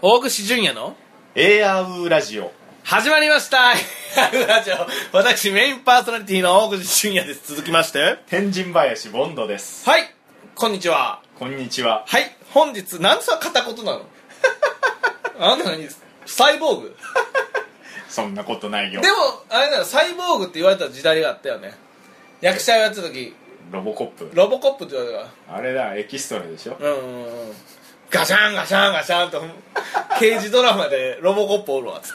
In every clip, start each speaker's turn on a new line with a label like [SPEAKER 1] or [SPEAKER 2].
[SPEAKER 1] 大串淳也の
[SPEAKER 2] エアウラジオ
[SPEAKER 1] 始まりました ラジオ私メインパーソナリティの大串淳也です続きまして
[SPEAKER 2] 天神林ボンドです
[SPEAKER 1] はいこんにちは
[SPEAKER 2] こんにちは
[SPEAKER 1] はい本日なんでそれ片言なの あなた何サイボーグ
[SPEAKER 2] そんなことないよ
[SPEAKER 1] でもあれなのサイボーグって言われた時代があったよね役者をやってた時
[SPEAKER 2] ロボコップ
[SPEAKER 1] ロボコップって言われたから
[SPEAKER 2] あれだエキストラでしょ
[SPEAKER 1] うんうんうんガシャンガシャンガシャン と刑事ドラマでロボコップおるわっつ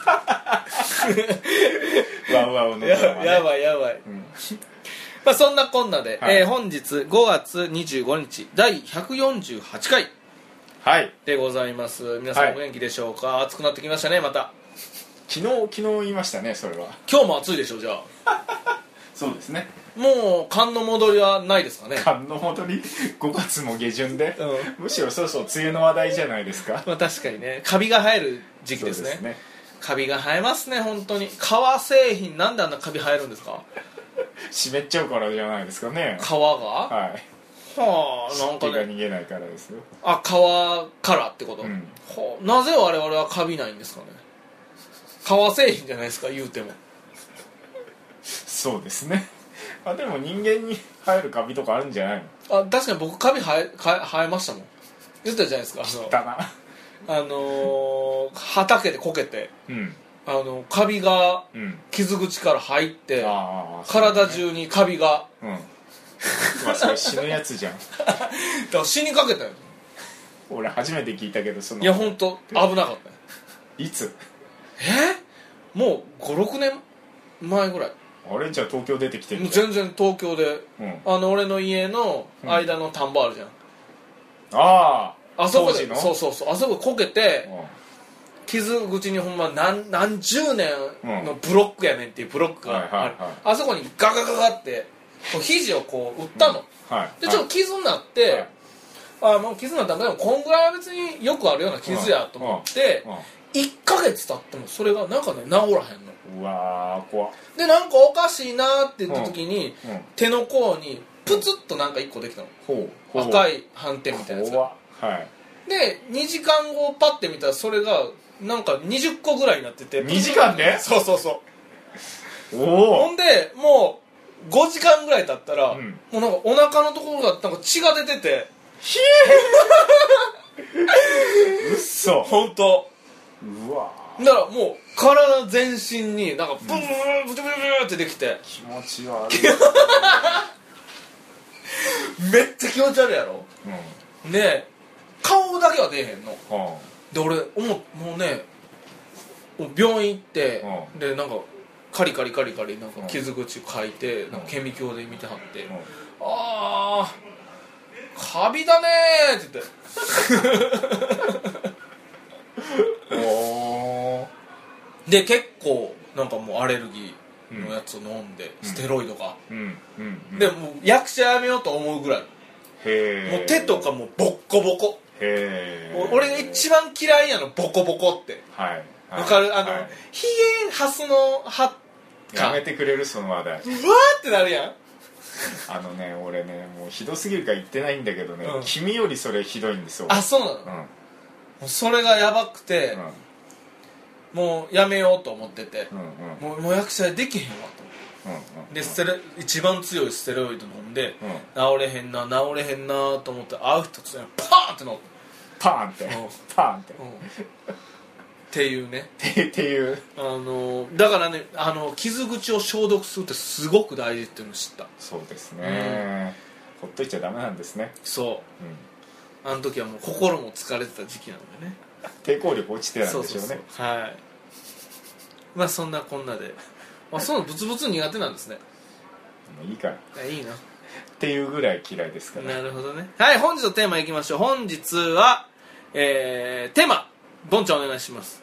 [SPEAKER 1] っ
[SPEAKER 2] ワウワウの
[SPEAKER 1] て
[SPEAKER 2] ドラマ
[SPEAKER 1] や
[SPEAKER 2] ね
[SPEAKER 1] やばいやばい、
[SPEAKER 2] ん
[SPEAKER 1] まあそんなこんなで、
[SPEAKER 2] はい
[SPEAKER 1] えー本日5月25日第148回
[SPEAKER 2] はい
[SPEAKER 1] でございます皆さ
[SPEAKER 2] は
[SPEAKER 1] ん
[SPEAKER 2] い
[SPEAKER 1] お元気でしょうか、暑くなってきましたねまた
[SPEAKER 2] 昨日昨日言いましたねそれは
[SPEAKER 1] 今日も暑いでしょうじゃあ
[SPEAKER 2] そうですね
[SPEAKER 1] もう寒の戻りはないですかね
[SPEAKER 2] 寒の戻り5月も下旬で、
[SPEAKER 1] う
[SPEAKER 2] むしろそろそろ梅雨の話題じゃないですか
[SPEAKER 1] まあ確かにねカビが生える時期ですね
[SPEAKER 2] そう
[SPEAKER 1] カビが生えますね本当に革製品なんであんなカビ生えるんですか
[SPEAKER 2] 湿っちゃうからじゃないですかね
[SPEAKER 1] 皮が
[SPEAKER 2] はい
[SPEAKER 1] はあなん
[SPEAKER 2] 湿
[SPEAKER 1] か
[SPEAKER 2] 気が
[SPEAKER 1] ね
[SPEAKER 2] 逃げないからですよ
[SPEAKER 1] あ皮からってこと、
[SPEAKER 2] うん
[SPEAKER 1] はあなぜ我々はカビないんですかね革製品じゃないですか言うても
[SPEAKER 2] そうですねあでも人間に生えるカビとかあるんじゃないの
[SPEAKER 1] あ確かに僕カビ生え生え生えましたもん言ってたじゃないですか
[SPEAKER 2] だな
[SPEAKER 1] あの、あのー畑でこけて
[SPEAKER 2] うん
[SPEAKER 1] あのカビが
[SPEAKER 2] うん
[SPEAKER 1] 傷口から入って
[SPEAKER 2] ああ
[SPEAKER 1] 体中にカビが
[SPEAKER 2] うんまあそれ死ぬやつじゃん
[SPEAKER 1] だから死にかけたよ
[SPEAKER 2] 俺初めて聞いたけどその
[SPEAKER 1] いや本当危なかったよ
[SPEAKER 2] いつ
[SPEAKER 1] えもう56年前ぐらい
[SPEAKER 2] あれじゃあ東京出てきてる
[SPEAKER 1] もう
[SPEAKER 2] じゃん
[SPEAKER 1] 全然東京で
[SPEAKER 2] うん
[SPEAKER 1] あの俺の家の間の田んぼあるじゃん、
[SPEAKER 2] ああ
[SPEAKER 1] あそこ
[SPEAKER 2] 当
[SPEAKER 1] で
[SPEAKER 2] 時の
[SPEAKER 1] そうそうそうあそここけて
[SPEAKER 2] うん
[SPEAKER 1] 傷口にほんま何何十年のブロックやねんっていうブロックがある、
[SPEAKER 2] はいはいはい
[SPEAKER 1] あそこにガガガガってこう肘をこう打ったの、
[SPEAKER 2] はい
[SPEAKER 1] でちょっと傷になって、
[SPEAKER 2] はい
[SPEAKER 1] あもう傷になったんだけどこんぐらいは別によくあるような傷やと思って、
[SPEAKER 2] はい
[SPEAKER 1] 1ヶ月経ってもそれがなんかね治らへんの
[SPEAKER 2] うんうわー怖っ
[SPEAKER 1] でなんかおかしいなーって言った時に、
[SPEAKER 2] うんうん
[SPEAKER 1] 手の甲にプツッとなんか1個できたの
[SPEAKER 2] ほう
[SPEAKER 1] 赤
[SPEAKER 2] い
[SPEAKER 1] い斑点みたいなやつが
[SPEAKER 2] 怖っはい
[SPEAKER 1] で2時間後パッて見たらそれがなんか20個ぐらいになってて
[SPEAKER 2] 2時間で
[SPEAKER 1] そうそうそう
[SPEAKER 2] お
[SPEAKER 1] ほ
[SPEAKER 2] お
[SPEAKER 1] んでもう5時間ぐらい経ったら、
[SPEAKER 2] うん
[SPEAKER 1] もうなんかお腹のところがなんか血が出てて
[SPEAKER 2] うっそ
[SPEAKER 1] 本当
[SPEAKER 2] うわー
[SPEAKER 1] だからもう体全身になんかブーブーブーブーブーブーってできて、
[SPEAKER 2] 気持ち悪い、
[SPEAKER 1] めっちゃ気持ち悪いやろ
[SPEAKER 2] うん
[SPEAKER 1] ねえ顔だけは出えへんの
[SPEAKER 2] は
[SPEAKER 1] で俺もうもうねもう病院行って、
[SPEAKER 2] う
[SPEAKER 1] でなんかカリカリカリカリなんか
[SPEAKER 2] うん
[SPEAKER 1] 傷口かいて、なんか顕微鏡で見てはって、
[SPEAKER 2] あうん
[SPEAKER 1] あーカビだねーって言って
[SPEAKER 2] おー
[SPEAKER 1] で結構なんかもうアレルギーのやつを飲んで、ステロイドが、
[SPEAKER 2] うんうんうん
[SPEAKER 1] でもう役者辞めようと思うぐらい、
[SPEAKER 2] へえ
[SPEAKER 1] もう手とかもうボッコボコ、
[SPEAKER 2] へえ
[SPEAKER 1] もう俺が一番嫌いやのボコボコって
[SPEAKER 2] はいはい
[SPEAKER 1] わ、かるあの、
[SPEAKER 2] はい
[SPEAKER 1] ヒゲハスの歯か
[SPEAKER 2] やめてくれるその話題
[SPEAKER 1] うわーってなるやん
[SPEAKER 2] あのね俺ねもうひどすぎるから言ってないんだけどね、
[SPEAKER 1] うん
[SPEAKER 2] 君よりそれひどいんですよ
[SPEAKER 1] あそうなの、
[SPEAKER 2] うん、うん
[SPEAKER 1] もうそれがやばくて、もうやめようと思ってて
[SPEAKER 2] う、んうんうん
[SPEAKER 1] もうもう役者できへんわと思ってでステレ一番強いステロイド飲んで、
[SPEAKER 2] う
[SPEAKER 1] 治
[SPEAKER 2] ん
[SPEAKER 1] れへんな治れへんなと思って会う人つにパーンって乗って、
[SPEAKER 2] パーンって
[SPEAKER 1] うん
[SPEAKER 2] パーンって
[SPEAKER 1] っていうね
[SPEAKER 2] ってっていう
[SPEAKER 1] あのだからねあの傷口を消毒するってすごく大事っていうのを知った
[SPEAKER 2] そうですね、ほっといちゃダメなんですね、
[SPEAKER 1] そ
[SPEAKER 2] うん、
[SPEAKER 1] うあの時はもう心も疲れてた時期なんでね
[SPEAKER 2] 抵抗力落ちてたん
[SPEAKER 1] そ
[SPEAKER 2] でしょうね
[SPEAKER 1] うそうはいまあそんなこんなであそのブツブツ苦手なんですね
[SPEAKER 2] もういいからっ
[SPEAKER 1] あいいな
[SPEAKER 2] ていうぐらい嫌いですから
[SPEAKER 1] なるほどねはい本日のテーマいきましょう本日はえー、テーマボンちゃんお願いします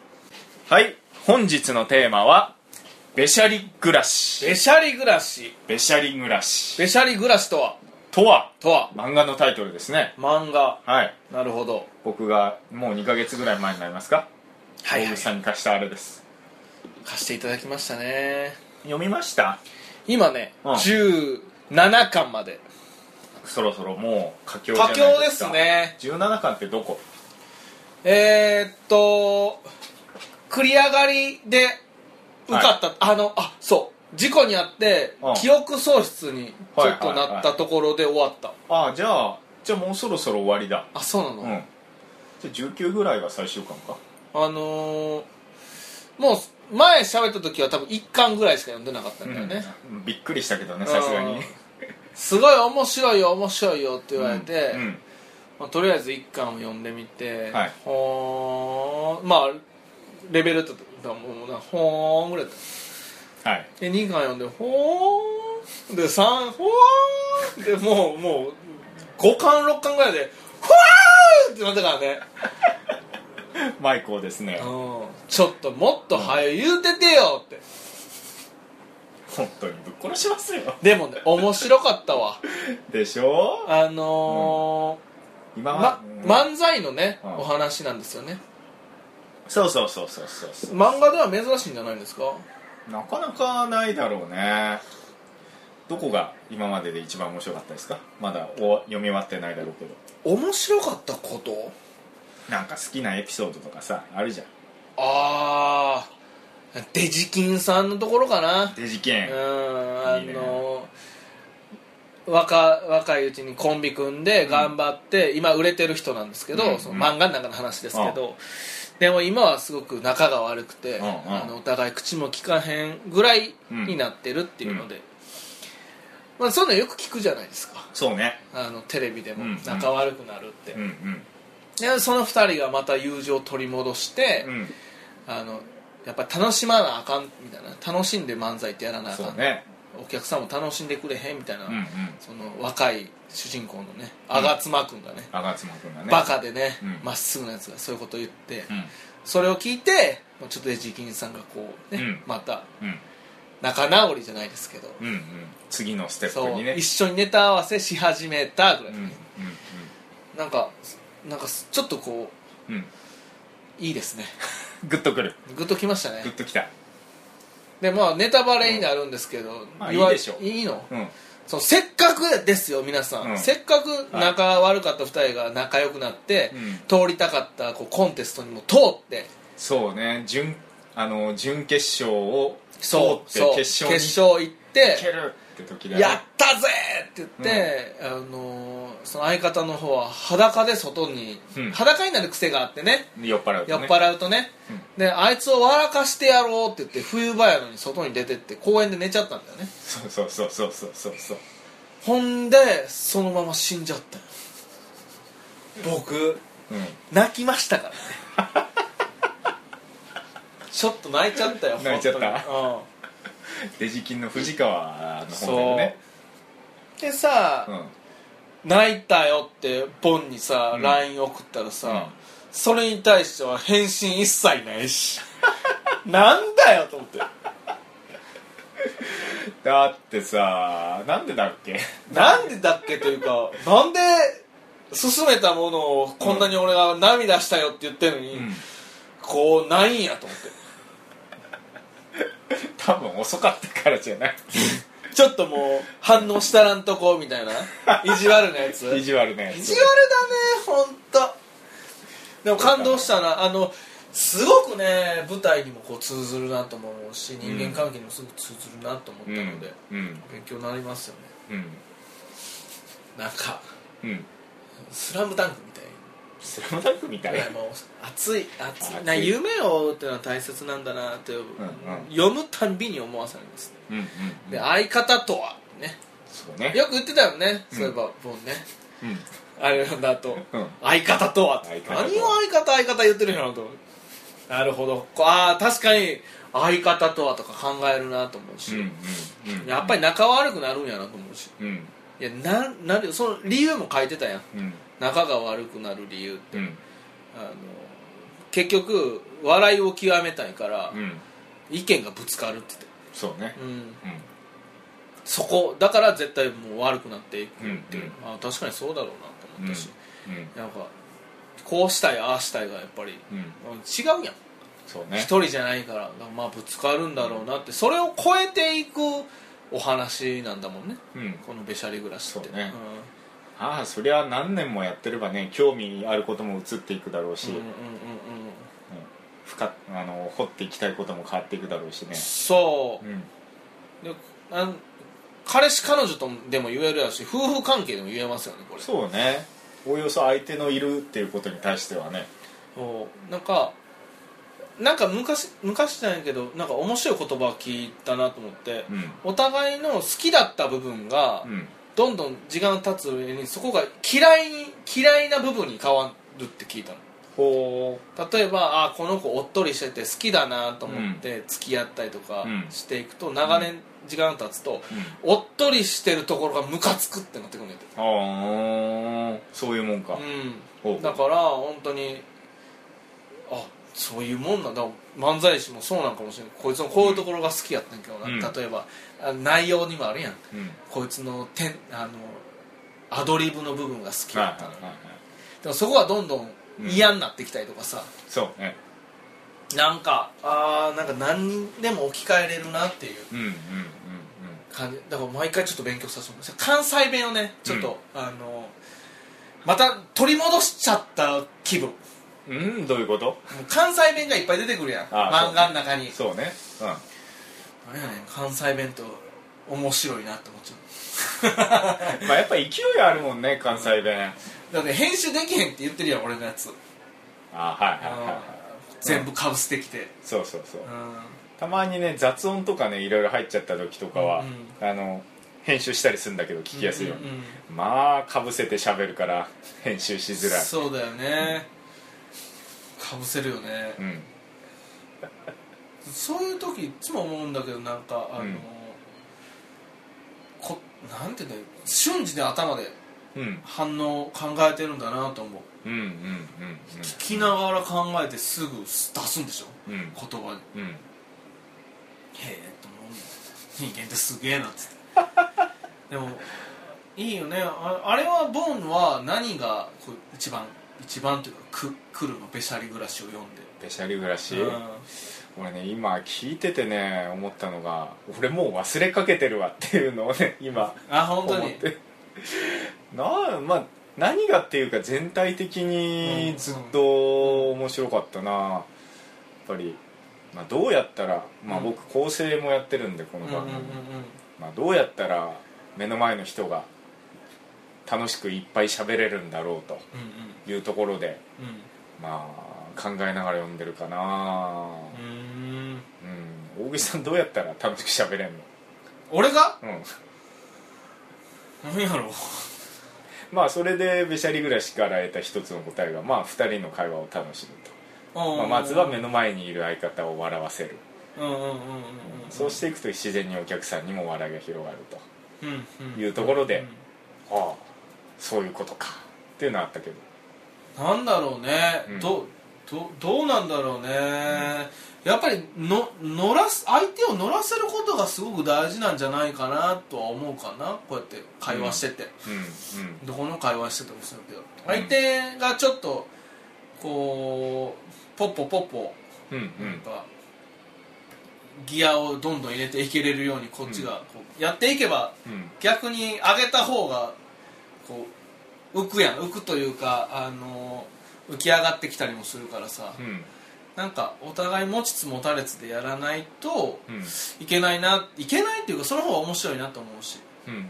[SPEAKER 2] はい本日のテーマは「べしゃり暮らし
[SPEAKER 1] べしゃり暮らし」
[SPEAKER 2] 「べしゃり暮らし
[SPEAKER 1] べしゃり暮らしとは」
[SPEAKER 2] とは
[SPEAKER 1] とは
[SPEAKER 2] 漫画のタイトルですね
[SPEAKER 1] 漫画
[SPEAKER 2] はい
[SPEAKER 1] なるほど
[SPEAKER 2] 僕がもう2ヶ月ぐらい前になりますか
[SPEAKER 1] はいはい
[SPEAKER 2] 大口さんに貸したあれです
[SPEAKER 1] 貸していただきましたね
[SPEAKER 2] 読みました
[SPEAKER 1] 今ね、
[SPEAKER 2] うん
[SPEAKER 1] 17巻まで
[SPEAKER 2] そろそろもう佳境じゃ
[SPEAKER 1] 佳
[SPEAKER 2] ない
[SPEAKER 1] 境で
[SPEAKER 2] です
[SPEAKER 1] す
[SPEAKER 2] か
[SPEAKER 1] ね
[SPEAKER 2] 17巻ってどこ
[SPEAKER 1] えー、っと繰り上がりで受かった、あのあそう事故にあって、
[SPEAKER 2] うん
[SPEAKER 1] 記憶喪失にちょっと
[SPEAKER 2] はいはい
[SPEAKER 1] なっ
[SPEAKER 2] は
[SPEAKER 1] たところで終わった、
[SPEAKER 2] ああじゃあじゃあもうそろそろ終わりだ
[SPEAKER 1] あそうなの、
[SPEAKER 2] うんじゃあ19ぐらいが最終巻か
[SPEAKER 1] あのーもう前喋った時は多分1巻ぐらいしか読んでなかったんだよね、
[SPEAKER 2] うんびっくりしたけどねさすが
[SPEAKER 1] うん
[SPEAKER 2] に
[SPEAKER 1] すごい面白いよ面白いよって言われて、
[SPEAKER 2] うんうん
[SPEAKER 1] まあ、とりあえず1巻を読んでみて、
[SPEAKER 2] はい
[SPEAKER 1] ほーんまあレベルだともうなほーんぐらいだった
[SPEAKER 2] はい
[SPEAKER 1] で2巻読んでほーんで3ほーんでもうもう5巻6巻ぐらいでほーんってなったからね、
[SPEAKER 2] マイコーですね
[SPEAKER 1] うん、ちょっともっと早い言うててよって
[SPEAKER 2] 本当にぶっ殺しますよ
[SPEAKER 1] でもね面白かったわ
[SPEAKER 2] でしょ
[SPEAKER 1] あの
[SPEAKER 2] 今
[SPEAKER 1] ー
[SPEAKER 2] は
[SPEAKER 1] ま、
[SPEAKER 2] うん
[SPEAKER 1] 漫才のね、
[SPEAKER 2] うん
[SPEAKER 1] お話なんですよね
[SPEAKER 2] そうそうそうそうそうそう
[SPEAKER 1] 漫画では珍しいんじゃないですか
[SPEAKER 2] なかなかないだろうねどこが今までで一番面白かったですかまだお読み終わってないだろうけど
[SPEAKER 1] 面白かったこと
[SPEAKER 2] なんか好きなエピソードとかさあるじゃん
[SPEAKER 1] ああデジキンさんのところかな
[SPEAKER 2] デジ
[SPEAKER 1] う
[SPEAKER 2] ケン
[SPEAKER 1] んあ
[SPEAKER 2] いいね
[SPEAKER 1] の若若いうちにコンビ組んで頑張って、今売れてる人なんですけど、
[SPEAKER 2] うん
[SPEAKER 1] その漫画の中の話ですけど、でも今はすごく仲が悪くて、
[SPEAKER 2] うんうん
[SPEAKER 1] あのお互い口も聞かへんぐらいになってるっていうので、まあ、そんなんよく聞くじゃないですか
[SPEAKER 2] そうね
[SPEAKER 1] あのテレビでも
[SPEAKER 2] うんうん
[SPEAKER 1] 仲悪くなるって、
[SPEAKER 2] うんうん
[SPEAKER 1] でその2人がまた友情を取り戻して、
[SPEAKER 2] うん
[SPEAKER 1] あのやっぱ楽しまなあかんみたいな楽しんで漫才ってやらなあ
[SPEAKER 2] そ
[SPEAKER 1] か、
[SPEAKER 2] うんね
[SPEAKER 1] お客さんも楽しんでくれへんみたいな、
[SPEAKER 2] うんうん
[SPEAKER 1] その若い主人公のね吾妻君がね、
[SPEAKER 2] 吾妻君がね
[SPEAKER 1] バカでね
[SPEAKER 2] うん
[SPEAKER 1] ま、っすぐなやつがそういうこと言って、
[SPEAKER 2] うん
[SPEAKER 1] それを聞いてちょっとエジキンさんがこうね、
[SPEAKER 2] うん
[SPEAKER 1] また
[SPEAKER 2] うん
[SPEAKER 1] 仲直りじゃないですけど、
[SPEAKER 2] うんうん次のステップ
[SPEAKER 1] そう
[SPEAKER 2] にね
[SPEAKER 1] 一緒にネタ合わせし始めたぐらい、
[SPEAKER 2] うんうん
[SPEAKER 1] なんかなんかちょっとこ
[SPEAKER 2] うんうん
[SPEAKER 1] ういい ですね
[SPEAKER 2] グッとくる
[SPEAKER 1] グッときましたね
[SPEAKER 2] グッときた
[SPEAKER 1] でまあネタバレになるんですけど、
[SPEAKER 2] まあ
[SPEAKER 1] 言わ
[SPEAKER 2] いいでしょう
[SPEAKER 1] いいの
[SPEAKER 2] うん
[SPEAKER 1] そうせっかくですよ皆さん、
[SPEAKER 2] うん
[SPEAKER 1] せっかく仲悪かった2人が仲良くなって、
[SPEAKER 2] うん
[SPEAKER 1] 通りたかったこうコンテストにも通って
[SPEAKER 2] そうね準あの準決勝を通
[SPEAKER 1] そう
[SPEAKER 2] って
[SPEAKER 1] そう
[SPEAKER 2] 決勝に
[SPEAKER 1] 決勝行って
[SPEAKER 2] いけるって時だね
[SPEAKER 1] やったぜって言って、あのーその相方の方は裸で外に、
[SPEAKER 2] うん
[SPEAKER 1] 裸になる癖があってね
[SPEAKER 2] 酔っ払う
[SPEAKER 1] 酔
[SPEAKER 2] と
[SPEAKER 1] っ
[SPEAKER 2] ね
[SPEAKER 1] 払うとね、であいつを笑かしてやろうって言って冬場やのに外に出てって公園で寝ちゃったんだよね
[SPEAKER 2] そうそうそうそうそうそうそう
[SPEAKER 1] ほんでそのまま死んじゃったよ僕
[SPEAKER 2] うん
[SPEAKER 1] 泣きましたからねちょっと泣いちゃったよ
[SPEAKER 2] 泣いちゃった
[SPEAKER 1] 本当に
[SPEAKER 2] デジキンの藤川
[SPEAKER 1] うん
[SPEAKER 2] の方だ
[SPEAKER 1] そ
[SPEAKER 2] よ
[SPEAKER 1] う
[SPEAKER 2] ね
[SPEAKER 1] でさ、
[SPEAKER 2] うん
[SPEAKER 1] 泣いたよってボンにさ、
[SPEAKER 2] ん
[SPEAKER 1] LINE 送ったらさ、
[SPEAKER 2] うん
[SPEAKER 1] それに対しては返信一切ないし なんだよと思って
[SPEAKER 2] だってさなんでだっけ
[SPEAKER 1] なんでだっけというかなんで勧めたものをこんなに俺が涙したよって言ってるのに、
[SPEAKER 2] うん
[SPEAKER 1] こうないんやと思って
[SPEAKER 2] 多分遅かったからじゃない
[SPEAKER 1] ちょっともう反応したらんとこみたいな意地悪なやつ
[SPEAKER 2] 意地悪ね
[SPEAKER 1] 意地悪だね本当。でも感動したなあのすごくね舞台にもこう通ずるなとも思うし人間関係にもすごく通ずるなと思った
[SPEAKER 2] う
[SPEAKER 1] の
[SPEAKER 2] ん
[SPEAKER 1] で、
[SPEAKER 2] うん
[SPEAKER 1] 勉強になりますよね
[SPEAKER 2] うん
[SPEAKER 1] なんか
[SPEAKER 2] うん
[SPEAKER 1] 「スラムダンクみたい
[SPEAKER 2] スラムダンクみたい
[SPEAKER 1] いやもう熱い熱い
[SPEAKER 2] 熱い
[SPEAKER 1] な夢を追うっていうのは大切なんだなって、
[SPEAKER 2] ん
[SPEAKER 1] 読むたんびに思わされます、
[SPEAKER 2] うんうん
[SPEAKER 1] で相方とはね
[SPEAKER 2] そうね
[SPEAKER 1] よく言ってたよね、
[SPEAKER 2] うん
[SPEAKER 1] そういえばボンね
[SPEAKER 2] うん
[SPEAKER 1] あれなんだと
[SPEAKER 2] うん
[SPEAKER 1] 相方とは
[SPEAKER 2] 相方とは
[SPEAKER 1] 何を相方相方言ってるんやろと思うなるほどこうああ確かに相方とはとか考えるなと思うし、
[SPEAKER 2] うんうん
[SPEAKER 1] やっぱり仲悪くなるんやなと思うし
[SPEAKER 2] うん
[SPEAKER 1] いやなんなんでその理由も書いてたやん
[SPEAKER 2] うん
[SPEAKER 1] 仲が悪くなる理由
[SPEAKER 2] うん
[SPEAKER 1] あの結局笑いを極めたいから、
[SPEAKER 2] うん
[SPEAKER 1] 意見がぶつかるって
[SPEAKER 2] そうね
[SPEAKER 1] 言って、うん、
[SPEAKER 2] うん
[SPEAKER 1] そこだから絶対もう悪くなっていくっていう、
[SPEAKER 2] うん
[SPEAKER 1] ああ確かにそうだろうなと思ったし、
[SPEAKER 2] うん
[SPEAKER 1] なんかこうしたいああしたいがやっぱり
[SPEAKER 2] うん
[SPEAKER 1] 違うやん
[SPEAKER 2] そう
[SPEAKER 1] 一
[SPEAKER 2] ね
[SPEAKER 1] 人じゃないからまあぶつかるんだろうなってそれを超えていくお話なんだもんね
[SPEAKER 2] うん
[SPEAKER 1] この「べしゃり暮らし」って
[SPEAKER 2] そうねああそりゃ何年もやってればね興味あることも移っていくだろうし、
[SPEAKER 1] うんうんうんうん
[SPEAKER 2] 深あの掘っていきたいことも変わっていくだろうしね、
[SPEAKER 1] そう
[SPEAKER 2] うん、
[SPEAKER 1] であん彼氏彼女とでも言えるやし夫婦関係でも言えますよねこれ
[SPEAKER 2] そうねおおよそ相手のいるっていうことに対してはね
[SPEAKER 1] そうなんかなんか昔昔じゃないけどなんか面白い言葉を聞いたなと思って、
[SPEAKER 2] うん
[SPEAKER 1] お互いの好きだった部分が、
[SPEAKER 2] うん
[SPEAKER 1] どんどん時間経つ上にそこが嫌いに嫌いな部分に変わるって聞いたの
[SPEAKER 2] ほ
[SPEAKER 1] 例えばあーこの子おっとりしてて好きだなと思って付き合ったりとか
[SPEAKER 2] うん
[SPEAKER 1] していくと、長年時間が経つと、
[SPEAKER 2] う、うん、
[SPEAKER 1] おっとりしてるところがムカつくってなってくるんだよ
[SPEAKER 2] ああそういうもんか、
[SPEAKER 1] う
[SPEAKER 2] ほ
[SPEAKER 1] ん、だ
[SPEAKER 2] う
[SPEAKER 1] から本当にあそういうもんなんだ漫才師もそうなんかもしれないこいつのこういうところが好きやったんやけどな、
[SPEAKER 2] うん
[SPEAKER 1] 例えばあ内容にもあるやん
[SPEAKER 2] うん
[SPEAKER 1] こいつのてんあのアドリブの部分が好き
[SPEAKER 2] はい
[SPEAKER 1] や
[SPEAKER 2] は
[SPEAKER 1] った
[SPEAKER 2] い
[SPEAKER 1] の、
[SPEAKER 2] はいはい
[SPEAKER 1] でもそこはどんどん嫌になってきたりとかさ、
[SPEAKER 2] そうね
[SPEAKER 1] なんかあーなんか何にでも置き換えれるなっていう
[SPEAKER 2] うんうんうんうん
[SPEAKER 1] 感じだから毎回ちょっと勉強させてもらって関西弁をねちょっと、あのまた取り戻しちゃった気分
[SPEAKER 2] うんどういうこと
[SPEAKER 1] もう関西弁がいっぱい出てくるやん
[SPEAKER 2] あそう
[SPEAKER 1] 漫画の中に
[SPEAKER 2] そうね
[SPEAKER 1] あれやねん関西弁と面白いなって思っちゃ
[SPEAKER 2] うんまあやっぱ勢いあるもんね関西弁、
[SPEAKER 1] うだって編集できへんって言ってるやん俺のやつ
[SPEAKER 2] あはいはいはいはい
[SPEAKER 1] 全部かぶせてきて
[SPEAKER 2] そうそうそう
[SPEAKER 1] うん
[SPEAKER 2] たまにね雑音とかねいろいろ入っちゃった時とかは、あの編集したりするんだけど聞きやすいように、
[SPEAKER 1] んん
[SPEAKER 2] まあかぶせて喋るから編集しづらい
[SPEAKER 1] そうだよねかぶせるよね
[SPEAKER 2] うん
[SPEAKER 1] そういう時いつも思うんだけどなんかあの、
[SPEAKER 2] うん
[SPEAKER 1] こなんていうんだよ瞬時で頭で
[SPEAKER 2] うん
[SPEAKER 1] 反応考えてるんだなと思う
[SPEAKER 2] うんうん
[SPEAKER 1] 聞きながら考えてすぐ出すんでしょ
[SPEAKER 2] うんうん
[SPEAKER 1] 言葉に
[SPEAKER 2] うんうん
[SPEAKER 1] へえと思う人間ってすげえなっつってでもいいよねああれはボーンは何がこう一番一番というかく来るのべしゃり暮らしを読んで
[SPEAKER 2] ペシャリ暮らし
[SPEAKER 1] う
[SPEAKER 2] 俺ね今聞いててね思ったのが俺もう忘れかけてるわっていうのをね今
[SPEAKER 1] んあ本当
[SPEAKER 2] 思っ
[SPEAKER 1] に
[SPEAKER 2] てなあまあ何がっていうか全体的にずっと面白かったなやっぱり、まあ、どうやったら、まあ、
[SPEAKER 1] うん
[SPEAKER 2] 僕構成もやってるんでこ
[SPEAKER 1] う
[SPEAKER 2] の
[SPEAKER 1] んうんう
[SPEAKER 2] 番
[SPEAKER 1] んう
[SPEAKER 2] 組、
[SPEAKER 1] ん
[SPEAKER 2] まあ、どうやったら目の前の人が楽しくいっぱい喋れるんだろうというところで、まあ、考えながら読んでるかな、
[SPEAKER 1] うんうんうーん
[SPEAKER 2] うん、大口さんどうやったら楽しく喋れんの、
[SPEAKER 1] 俺が
[SPEAKER 2] うん、
[SPEAKER 1] 何やろう
[SPEAKER 2] まあそれで「べしゃり暮らし」から得た一つの答えがまあ2人の会話を楽しむと、 まあ、まずは目の前にいる相方を笑わせる、
[SPEAKER 1] うんうんうんうんうん
[SPEAKER 2] そうしていくと自然にお客さんにも笑いが広がると
[SPEAKER 1] うんうん
[SPEAKER 2] いうところで、
[SPEAKER 1] うん
[SPEAKER 2] ああそういうことかっていうのはあったけど
[SPEAKER 1] なんだろうね、
[SPEAKER 2] うん
[SPEAKER 1] どうどうどうなんだろうね、やっぱりの乗らす相手を乗らせることがすごく大事なんじゃないかなとは思うかなこうやって会話してて、
[SPEAKER 2] うん
[SPEAKER 1] どこの会話しててもそうだけど相手がちょっとこうポッポポッポ
[SPEAKER 2] うんうんう
[SPEAKER 1] なん
[SPEAKER 2] ん
[SPEAKER 1] か、ギアをどんどん入れていけれるようにこっちがこうやっていけば
[SPEAKER 2] うん
[SPEAKER 1] 逆に上げた方がこう浮くやん浮くというかあの浮き上がってきたりもするからさ、
[SPEAKER 2] うん
[SPEAKER 1] なんかお互い持ちつ持たれつでやらないと
[SPEAKER 2] うん
[SPEAKER 1] いけないないけないっていうかその方が面白いなと思うし
[SPEAKER 2] うんうん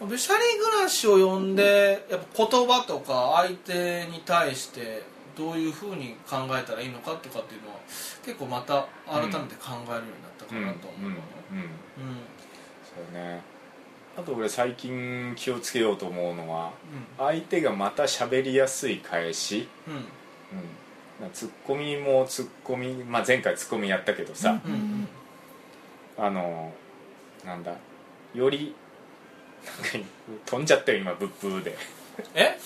[SPEAKER 1] うんべしゃり暮らしを読んでやっぱ言葉とか相手に対してどういうふうに考えたらいいのかとかっていうのは結構また改めて考えるようになったか
[SPEAKER 2] うんうん
[SPEAKER 1] なと思うかな
[SPEAKER 2] うん
[SPEAKER 1] うんうん
[SPEAKER 2] そうねあと俺最近気をつけようと思うのは相手がまた喋りやすい返し、
[SPEAKER 1] うん
[SPEAKER 2] うん、ツッコミもツッコミ、まあ、前回ツッコミやったけどさ、
[SPEAKER 1] うんうん
[SPEAKER 2] あのなんだよりなんか飛んじゃったよ今ブッブーで
[SPEAKER 1] え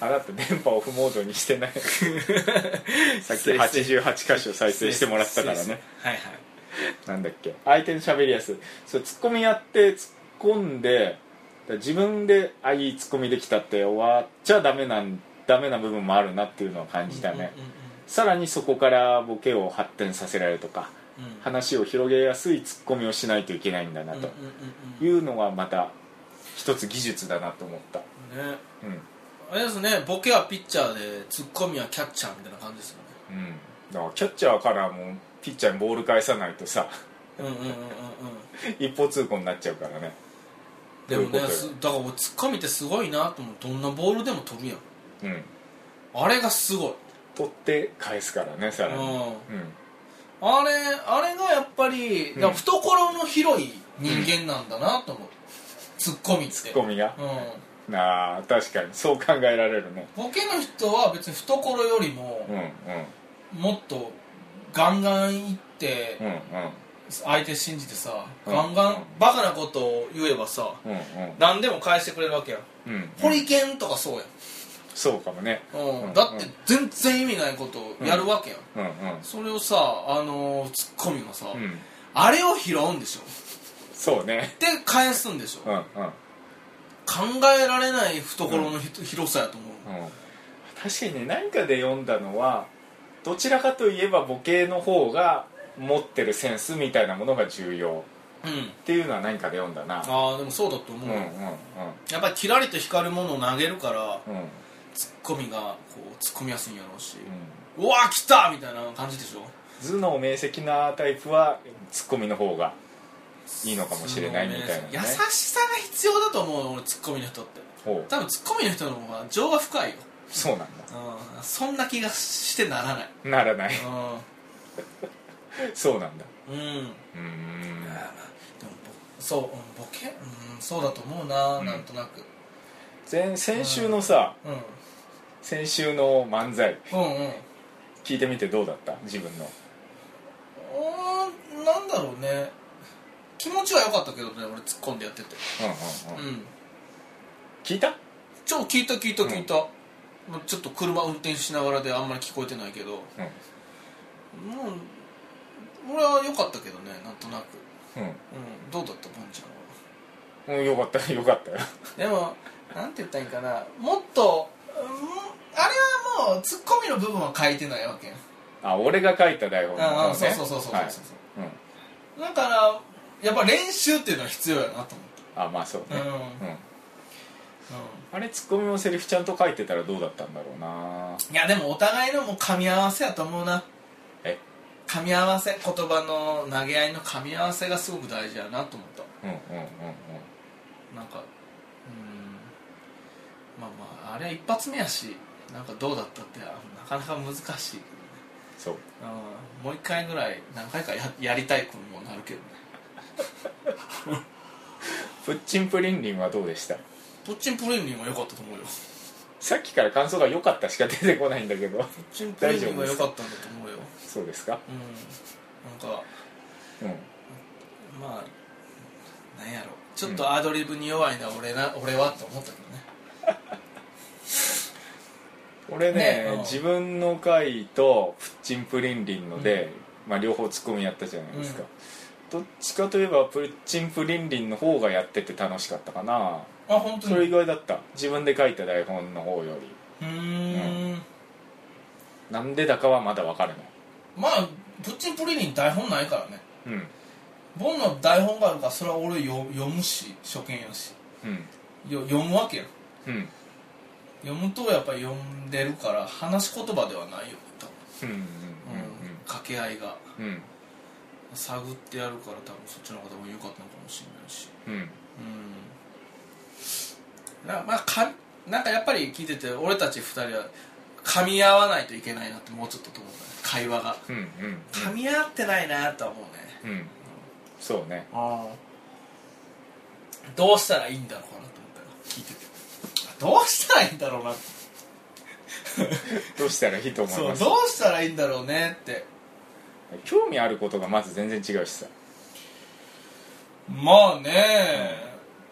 [SPEAKER 2] あなた電波オフモードにしてないさっき
[SPEAKER 1] 失礼
[SPEAKER 2] 88箇所再生してもらったからね
[SPEAKER 1] はいはい
[SPEAKER 2] なんだっけ相手の喋りやすいそうツッコミやって突っ込んでだから自分で「あいいツッコミできた」って終わっちゃダメなんダメな部分もあるなっていうのは感じたね、さらにそこからボケを発展させられるとか
[SPEAKER 1] うんうんうん
[SPEAKER 2] 話を広げやすいツッコミをしないといけないんだな
[SPEAKER 1] うん
[SPEAKER 2] と
[SPEAKER 1] うんうんうん
[SPEAKER 2] いうのがまた一つ技術だなと思った
[SPEAKER 1] ね
[SPEAKER 2] うん
[SPEAKER 1] あれですねボケはピッチャーでツッコミはキャッチャーみたいな感じですよね
[SPEAKER 2] うんだからキャッチャーからもうピッチャーにボール返さないとさ
[SPEAKER 1] うんうんうんうんうん
[SPEAKER 2] 一方通行になっちゃうからね
[SPEAKER 1] でも
[SPEAKER 2] どうい
[SPEAKER 1] ね
[SPEAKER 2] うことよ
[SPEAKER 1] すだから俺ツッコミってすごいなと思うどんなボールでも飛ぶやん
[SPEAKER 2] うん
[SPEAKER 1] あれがすごい
[SPEAKER 2] 取って返すからねさ
[SPEAKER 1] う
[SPEAKER 2] ら
[SPEAKER 1] ん
[SPEAKER 2] にうん
[SPEAKER 1] あれあれがやっぱり、
[SPEAKER 2] うん
[SPEAKER 1] だから懐の広い人間なんだなと思う、ツッコミって
[SPEAKER 2] ツッコミが
[SPEAKER 1] う
[SPEAKER 2] あー確かにそう考えられるね
[SPEAKER 1] んボケの人は別に懐よりも
[SPEAKER 2] うんうん
[SPEAKER 1] もっとガンガンいって
[SPEAKER 2] うん
[SPEAKER 1] 相手信じてさ
[SPEAKER 2] うん
[SPEAKER 1] ガンガン
[SPEAKER 2] うん
[SPEAKER 1] バカなことを言えばさ
[SPEAKER 2] うんうん
[SPEAKER 1] 何でも返してくれるわけやん
[SPEAKER 2] うんうん
[SPEAKER 1] ホリケンとかそうやん
[SPEAKER 2] そうかもね
[SPEAKER 1] う、
[SPEAKER 2] うんん
[SPEAKER 1] だって全然意味ないことをやるわけやん、
[SPEAKER 2] うんうん
[SPEAKER 1] それをさあのーツッコミがさ、
[SPEAKER 2] うん
[SPEAKER 1] あれを拾うんでしょ
[SPEAKER 2] そうね
[SPEAKER 1] で返すんでしょ、
[SPEAKER 2] うんうん
[SPEAKER 1] 考えられない懐のひと広さやと思う、
[SPEAKER 2] うん確かにね何かで読んだのはどちらかといえばボケの方が持ってるセンスみたいなものが重要
[SPEAKER 1] うん
[SPEAKER 2] っていうのは何かで読んだな
[SPEAKER 1] ああでもそうだと思
[SPEAKER 2] う
[SPEAKER 1] う、
[SPEAKER 2] んうんうん
[SPEAKER 1] やっぱりキラリと光るものを投げるから
[SPEAKER 2] うんうん
[SPEAKER 1] ツッコミがこうツッコみやすいんやろうし、うわ来たみたいな感じでしょ
[SPEAKER 2] 頭脳明晰なタイプはツッコミの方がいいのかもしれないみたいなね
[SPEAKER 1] 優しさが必要だと思う俺ツッコミの人って
[SPEAKER 2] ほう
[SPEAKER 1] 多分ツッコミの人の方が情が深いよ、
[SPEAKER 2] そうなん
[SPEAKER 1] うん、そんな気がしてならない、
[SPEAKER 2] だならな
[SPEAKER 1] う
[SPEAKER 2] い
[SPEAKER 1] ん
[SPEAKER 2] そうなんだ
[SPEAKER 1] うん、
[SPEAKER 2] うーん
[SPEAKER 1] でもぼそう、うん、ボケ、うん、そうだと思うな、
[SPEAKER 2] うん
[SPEAKER 1] なんとなく、
[SPEAKER 2] 前先週のさ
[SPEAKER 1] うん、
[SPEAKER 2] 先週の漫才
[SPEAKER 1] うんうん
[SPEAKER 2] 聞いてみてどうだった自分の
[SPEAKER 1] おーなんだろうね気持ちは良かったけどね俺突っ込んでやってて
[SPEAKER 2] うんう
[SPEAKER 1] う
[SPEAKER 2] んうん
[SPEAKER 1] ん
[SPEAKER 2] 聞いた
[SPEAKER 1] ちょ聞いた聞いた聞いた、まあちょっと車運転しながらであんまり聞こえてないけども
[SPEAKER 2] う
[SPEAKER 1] う俺は良かったけどねなんとなく、
[SPEAKER 2] ん
[SPEAKER 1] うん、どうだったボンちゃんは
[SPEAKER 2] うん、うん、よかった よかったよ
[SPEAKER 1] でもなんて言ったらいいんかなもっと、うん、あれはもうツッコミの部分は変えてないわけよ
[SPEAKER 2] あ俺が書いた台本の
[SPEAKER 1] あ
[SPEAKER 2] 方
[SPEAKER 1] あ
[SPEAKER 2] ね
[SPEAKER 1] そうそうそうそうそう
[SPEAKER 2] はい
[SPEAKER 1] そう
[SPEAKER 2] うん
[SPEAKER 1] だからやっぱ練習っていうのは必要やなと思って
[SPEAKER 2] あまあそうね
[SPEAKER 1] う
[SPEAKER 2] うんあれツッコミのセリフちゃんと書いてたらどうだったんだろうない
[SPEAKER 1] やでもお互いのもう噛み合わせやと思うな
[SPEAKER 2] え
[SPEAKER 1] 噛み合わせ言葉の投げ合いの噛み合わせがすごく大事やなと思った
[SPEAKER 2] うんうんうんうん
[SPEAKER 1] なんかうんまあまああれは一発目やしなんかどうだったってあなかなか難しいけどね
[SPEAKER 2] そう
[SPEAKER 1] うんもう一回ぐらい何回かややりたいくもなるけどね
[SPEAKER 2] プッチンプリンリンはどうでした
[SPEAKER 1] プッチンプリンリンは良かったと思うよ
[SPEAKER 2] さっきから感想が良かったしか出てこないんだけど
[SPEAKER 1] プッチンプリンリンは良かったんだと思うよ
[SPEAKER 2] そうですか
[SPEAKER 1] うんなんか
[SPEAKER 2] うん
[SPEAKER 1] まあなんやろちょっとアドリブに弱いな俺な俺はって思ったけどね
[SPEAKER 2] 俺ね
[SPEAKER 1] ねうん
[SPEAKER 2] 自分の回とプッチンプリンリンので、まあ、両方ツッコミやったじゃないですか、どっちかといえばプッチンプリンリンの方がやってて楽しかったかな、
[SPEAKER 1] あ本当
[SPEAKER 2] それ意
[SPEAKER 1] にう
[SPEAKER 2] 外だった自分で書いた台本の方より
[SPEAKER 1] ーん
[SPEAKER 2] なんでだかはまだ分からない
[SPEAKER 1] まあプッチンプリリン台本ないからね
[SPEAKER 2] うん
[SPEAKER 1] ボンの台本があるからそれは俺よ読むし初見やし
[SPEAKER 2] うん
[SPEAKER 1] よ読むわけや
[SPEAKER 2] うん
[SPEAKER 1] 読むとやっぱり読んでるから話し言葉ではないよ多分、
[SPEAKER 2] うんうん
[SPEAKER 1] うん掛け合いが
[SPEAKER 2] うんうん
[SPEAKER 1] 探ってやるから多分そっちの方が良かったのかもしれないし
[SPEAKER 2] うんうん
[SPEAKER 1] うんなまあかなんかやっぱり聞いてて俺たち二人は噛み合わないといけないなってもうちょっとと思うね会話が
[SPEAKER 2] うん
[SPEAKER 1] 噛み合ってないなとは思うね
[SPEAKER 2] うんうんそうね
[SPEAKER 1] あどうしたらいいんだろうかなと思ったよ聞いててどうしたらいいんだろうなって
[SPEAKER 2] どうしたらいいと思い
[SPEAKER 1] そ
[SPEAKER 2] ま
[SPEAKER 1] う
[SPEAKER 2] す
[SPEAKER 1] どうしたらいいんだろうねって
[SPEAKER 2] 興味あることがまず全然違うしさ
[SPEAKER 1] まあね、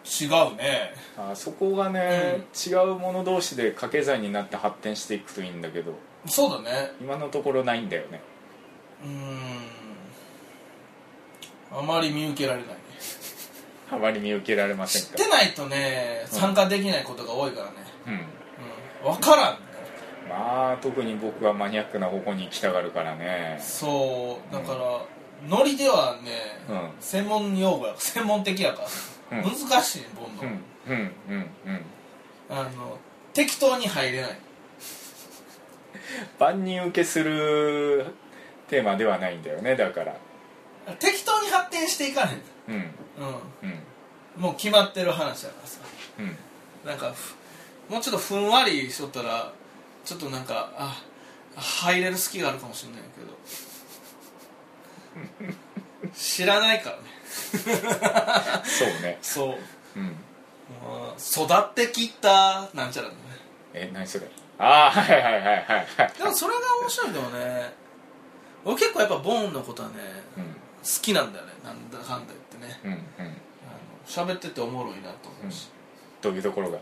[SPEAKER 1] 違うね
[SPEAKER 2] あーそこがね、違うもの同士で掛け算になって発展していくといいんだけど
[SPEAKER 1] そうだね
[SPEAKER 2] 今のところないんだよね
[SPEAKER 1] うーんあまり見受けられないね
[SPEAKER 2] あまり見受けられませ
[SPEAKER 1] 知
[SPEAKER 2] ん
[SPEAKER 1] っ
[SPEAKER 2] か
[SPEAKER 1] てないとね参加できないことが多いからね、
[SPEAKER 2] うん
[SPEAKER 1] うん、分からん
[SPEAKER 2] まあ特に僕はマニアックな方向に行きたがるからね
[SPEAKER 1] そうだから、ノリではね、
[SPEAKER 2] うん
[SPEAKER 1] 専門用語や専門的やから、
[SPEAKER 2] うん
[SPEAKER 1] 難しいねボンの、
[SPEAKER 2] うんうんうんうん
[SPEAKER 1] あの適当に入れない
[SPEAKER 2] 万人受けするテーマではないんだよねだから
[SPEAKER 1] 適当に発展していかないんだ
[SPEAKER 2] うん
[SPEAKER 1] う
[SPEAKER 2] うん
[SPEAKER 1] んもう決まってる話だからさ
[SPEAKER 2] うん
[SPEAKER 1] なんかふもうちょっとふんわりしとったらちょっとなんかあ入れる隙があるかもしれないけ ど知らないからね
[SPEAKER 2] そうね
[SPEAKER 1] そう
[SPEAKER 2] うん
[SPEAKER 1] もう育ってきたなんちゃらね
[SPEAKER 2] え何それああはいはいはいはいはい
[SPEAKER 1] でもそれが面白いけどね俺結構やっぱボーンのことはね
[SPEAKER 2] う
[SPEAKER 1] 好
[SPEAKER 2] ん
[SPEAKER 1] きなんだよねなんだかんだ言ってね
[SPEAKER 2] うんうん
[SPEAKER 1] あの喋ってておもろいなと思うし、
[SPEAKER 2] どういうところが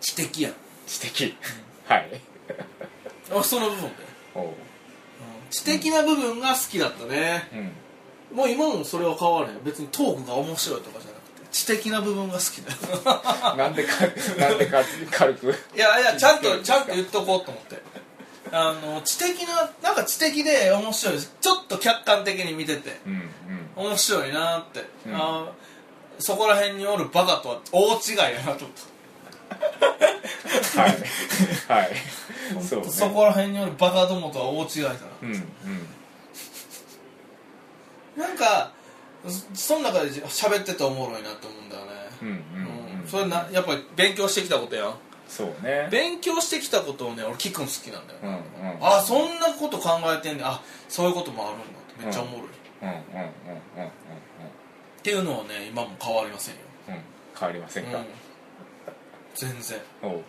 [SPEAKER 1] 知的やん
[SPEAKER 2] 知的はい
[SPEAKER 1] あその部分で、
[SPEAKER 2] おう
[SPEAKER 1] うん知的な部分が好きだったね
[SPEAKER 2] うん
[SPEAKER 1] もう今もそれは変わらへん別にトークが面白いとかじゃなくて知的な部分が好きだよ
[SPEAKER 2] なんでかなんでか軽く
[SPEAKER 1] いやいやちゃんとちゃんと言っとこうと思ってあの知的ななんか知的で面白いちょっと客観的に見てて
[SPEAKER 2] うんうん
[SPEAKER 1] 面白いなって、
[SPEAKER 2] うん
[SPEAKER 1] あーそこら辺におるバカとは大違いやなと思った
[SPEAKER 2] はいはいそうね
[SPEAKER 1] そこら辺におるバカどもとは大違いだな、
[SPEAKER 2] うんうん
[SPEAKER 1] なんかそその中で喋ってておもろいなと思うんだよね
[SPEAKER 2] うんうんうん
[SPEAKER 1] それなやっぱり勉強してきたことやん
[SPEAKER 2] そうね
[SPEAKER 1] 勉強してきたことをね俺聞くの好きなんだよ、
[SPEAKER 2] うんうん
[SPEAKER 1] あそんなこと考えてんねあそういうこともあるんだってめっちゃおもろい、っ
[SPEAKER 2] うんうんうんうんうん
[SPEAKER 1] ていうのはね今も変わりませんよ、
[SPEAKER 2] うんうん変わりません
[SPEAKER 1] う
[SPEAKER 2] か
[SPEAKER 1] ん、全然
[SPEAKER 2] おう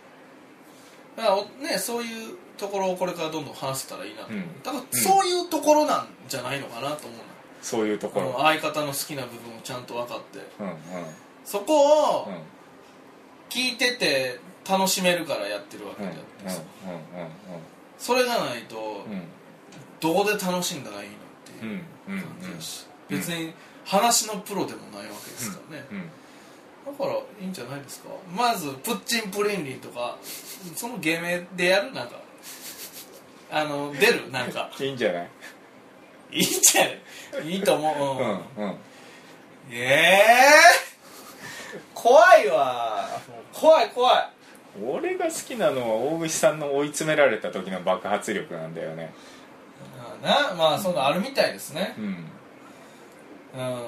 [SPEAKER 1] だからおねそういうところをこれからどんどん話せたらいいなと思う、
[SPEAKER 2] うん
[SPEAKER 1] だからそういうところなんじゃないのかなと思うの
[SPEAKER 2] そういうとこ
[SPEAKER 1] この
[SPEAKER 2] ろ
[SPEAKER 1] 相方の好きな部分をちゃんと分かって
[SPEAKER 2] うんうん
[SPEAKER 1] そこを
[SPEAKER 2] うん
[SPEAKER 1] 聞いてて楽しめるからやってるわけ
[SPEAKER 2] うんうんうん
[SPEAKER 1] であっ
[SPEAKER 2] うん
[SPEAKER 1] てさ、それがないと
[SPEAKER 2] うん
[SPEAKER 1] どこで楽しんだらいいのって
[SPEAKER 2] う
[SPEAKER 1] いうん
[SPEAKER 2] うんうんうん
[SPEAKER 1] 感じだし、
[SPEAKER 2] うん
[SPEAKER 1] 別に話のプロでもないわけですからね、
[SPEAKER 2] うん
[SPEAKER 1] だからいいんじゃないですかまずプッチンプリンリンとかその芸名でやるなんかあの出るなんか
[SPEAKER 2] いいんじゃない
[SPEAKER 1] いいんじゃないいいと思う、う
[SPEAKER 2] う
[SPEAKER 1] ん
[SPEAKER 2] んうん
[SPEAKER 1] ええ怖いわもう怖い怖い
[SPEAKER 2] 俺が好きなのは大串さんの追い詰められた時の爆発力なんだよね
[SPEAKER 1] なまあそんなあるみたいですね
[SPEAKER 2] うん
[SPEAKER 1] うん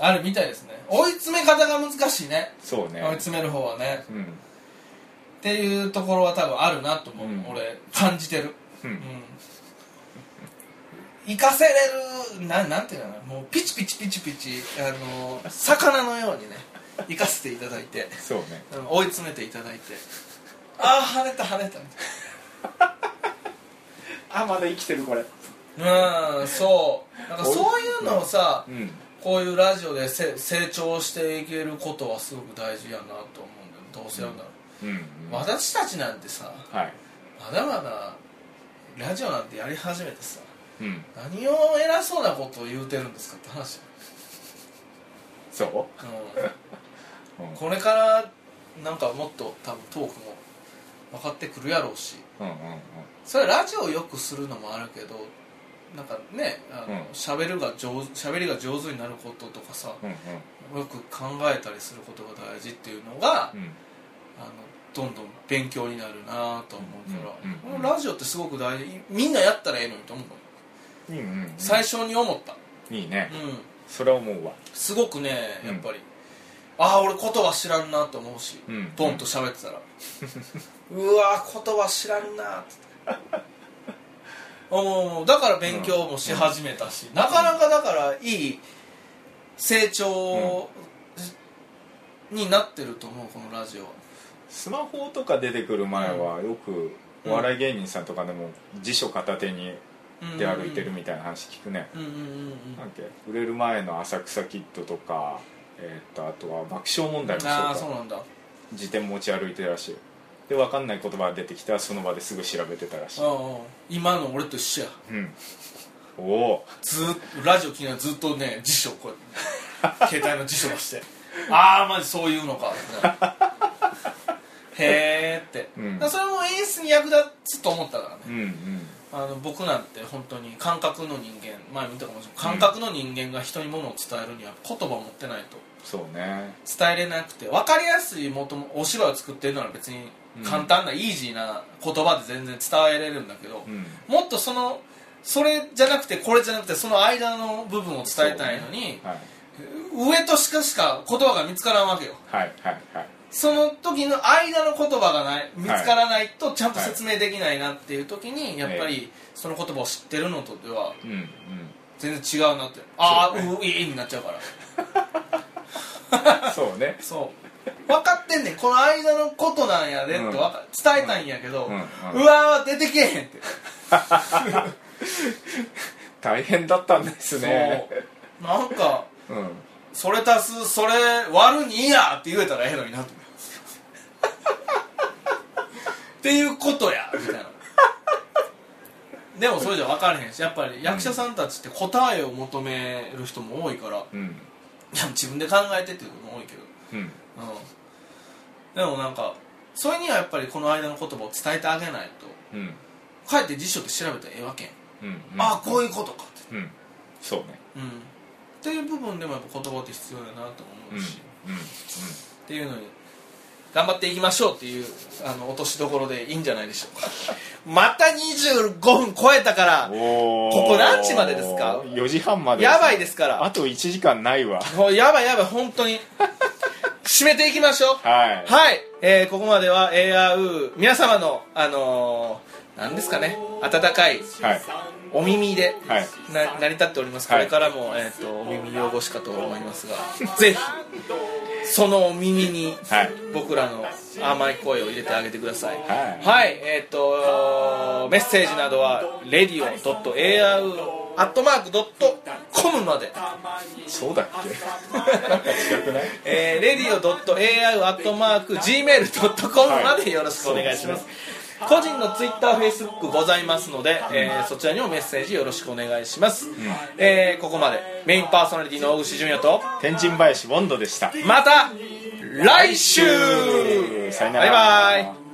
[SPEAKER 1] あるみたいですね追い詰め方が難しいね
[SPEAKER 2] そうね
[SPEAKER 1] 追い詰める方はね
[SPEAKER 2] うん
[SPEAKER 1] っていうところは多分あるなと思う、
[SPEAKER 2] うん
[SPEAKER 1] 俺感じてる
[SPEAKER 2] う
[SPEAKER 1] うん
[SPEAKER 2] ん
[SPEAKER 1] 生かせれるななんていうのかなもうピチピチピチピチあの魚のようにね生かせていただいて
[SPEAKER 2] そうね
[SPEAKER 1] あの追い詰めていただいてああ跳ねた跳ねたみたいな
[SPEAKER 2] あまだ生きてるこれ
[SPEAKER 1] うんそうなんかそういうのをさ
[SPEAKER 2] うん
[SPEAKER 1] こういうラジオでせ成長していけることはすごく大事やなと思うんだよどうせやんだろ
[SPEAKER 2] うん
[SPEAKER 1] う、
[SPEAKER 2] うん
[SPEAKER 1] 私たちなんてさ
[SPEAKER 2] はい
[SPEAKER 1] まだまだラジオなんてやり始めてさ
[SPEAKER 2] うん
[SPEAKER 1] 何を偉そうなことを言うてるんですかって話
[SPEAKER 2] そ
[SPEAKER 1] や、 う
[SPEAKER 2] ううん
[SPEAKER 1] ん、これからなんかもっと多分トークも分かってくるやろうし
[SPEAKER 2] うんうんうん
[SPEAKER 1] それはラジオをよくするのもあるけどなんかねあ
[SPEAKER 2] うん
[SPEAKER 1] の、喋るが上手喋りが上手になることとかさ、
[SPEAKER 2] うん
[SPEAKER 1] よく考えたりすることが大事っていうのが、
[SPEAKER 2] うん
[SPEAKER 1] あのどんどん勉強になるなと思うから、
[SPEAKER 2] うんうん
[SPEAKER 1] こ
[SPEAKER 2] うん
[SPEAKER 1] のラジオってすごく大事みんなやったらええのにと思うの、
[SPEAKER 2] うんうんうん
[SPEAKER 1] 最初に思った
[SPEAKER 2] いいね
[SPEAKER 1] うん
[SPEAKER 2] それは思うわ
[SPEAKER 1] すごくね
[SPEAKER 2] うん
[SPEAKER 1] やっぱり、ああ俺言葉知らんなと思うし、
[SPEAKER 2] うん
[SPEAKER 1] ボンと喋ってた ら、うわー言葉知らんなって思うだから勉強もし始めたし、なかなかだからいい成長になってると思うこのラジオは
[SPEAKER 2] スマホとか出てくる前はよくお笑い芸人さんとかでも辞書片手にで歩いてるみたいな話聞くね
[SPEAKER 1] うんうんうんうん
[SPEAKER 2] なんだっけ売れる前の「浅草キッド」とか、えーっとあとは爆笑問題もそう
[SPEAKER 1] ああ
[SPEAKER 2] か
[SPEAKER 1] そうなんだあ
[SPEAKER 2] 辞典持ち歩いてるらしいで分かんない言葉が出てきたらその場ですぐ調べてたらしい
[SPEAKER 1] あ今の俺と一緒や
[SPEAKER 2] うんおお
[SPEAKER 1] ずーっとラジオ聞きながらずっとね辞書をこうやって携帯の辞書出して ああマジそういうのかってへえって、
[SPEAKER 2] うん
[SPEAKER 1] だからそれも演出に役立つと思ったからね
[SPEAKER 2] うんうん
[SPEAKER 1] あの僕なんて本当に感覚の人間前見たかもしれない感覚の人間が人に物を伝えるには言葉を持ってないと
[SPEAKER 2] そうね
[SPEAKER 1] 伝えれなくて分かりやすいもともお芝居を作ってるなら別に簡単な、イージーな言葉で全然伝えれるんだけど、
[SPEAKER 2] うん
[SPEAKER 1] もっとそのそれじゃなくてこれじゃなくてその間の部分を伝えたいのに、
[SPEAKER 2] はい
[SPEAKER 1] 上としかしか言葉が見つからんわけよ
[SPEAKER 2] はいはいはい
[SPEAKER 1] その時の間の言葉がない見つからないとちゃんと説明できないなっていう時にやっぱりその言葉を知ってるのとでは
[SPEAKER 2] うんうん
[SPEAKER 1] 全然違うなってああ
[SPEAKER 2] そう
[SPEAKER 1] ういいになっちゃうから
[SPEAKER 2] そうね
[SPEAKER 1] そう分かってんねんこの間のことなんやでってわか伝えたいんやけど、
[SPEAKER 2] う
[SPEAKER 1] うん
[SPEAKER 2] うん
[SPEAKER 1] わー出てけへん って
[SPEAKER 2] 大変だったんですね
[SPEAKER 1] そうなんか
[SPEAKER 2] うん
[SPEAKER 1] それ足すそれ割るにやって言えたらええのになと思う っていうことやみたいなでもそれじゃ分からへんしやっぱり役者さんたちって答えを求める人も多いからい
[SPEAKER 2] うん
[SPEAKER 1] や自分で考えてっていうのも多いけど、
[SPEAKER 2] うん
[SPEAKER 1] うん、でもなんかそれにはやっぱりこの間の言葉を伝えてあげないと
[SPEAKER 2] うん
[SPEAKER 1] かえって辞書で調べたらええわけやん、
[SPEAKER 2] うん
[SPEAKER 1] ああこういうことかって,、
[SPEAKER 2] うんそうね
[SPEAKER 1] うん、っていう部分でもやっぱ言葉って必要だなと
[SPEAKER 2] う
[SPEAKER 1] 思う
[SPEAKER 2] んう
[SPEAKER 1] んし、っていうのに頑張っていきましょうっていうあの落としどころでいいんじゃないでしょうか また25分超えたから
[SPEAKER 2] うんおお
[SPEAKER 1] ここ何時までですか
[SPEAKER 2] 4時半まで
[SPEAKER 1] やばいですから
[SPEAKER 2] あと1時間ないわ
[SPEAKER 1] もうやばいやばい本当 に締めていきましょう
[SPEAKER 2] はい
[SPEAKER 1] はい、えーここまでは ARU 皆様のあのー、何ですかね温かい
[SPEAKER 2] はい
[SPEAKER 1] お耳で、
[SPEAKER 2] はい
[SPEAKER 1] な成り立っておりますこ
[SPEAKER 2] はい
[SPEAKER 1] れからも、えー、とお耳用護しかと思いますがぜひそのお耳に
[SPEAKER 2] はい
[SPEAKER 1] 僕らの甘い声を入れてあげてください
[SPEAKER 2] はい
[SPEAKER 1] えっ、とメッセージなどは radio.ar.com まで
[SPEAKER 2] そうだっけなんか違くない
[SPEAKER 1] えー、radio.ai.gmail.com までよろしくお願いします、個人の TwitterFacebook ございますので、えーそちらにもメッセージよろしくお願いします、えーここまでメインパーソナリティの大串純也と
[SPEAKER 2] 天神林ボンドでした
[SPEAKER 1] また来週
[SPEAKER 2] さよな
[SPEAKER 1] バイ
[SPEAKER 2] ら
[SPEAKER 1] バイ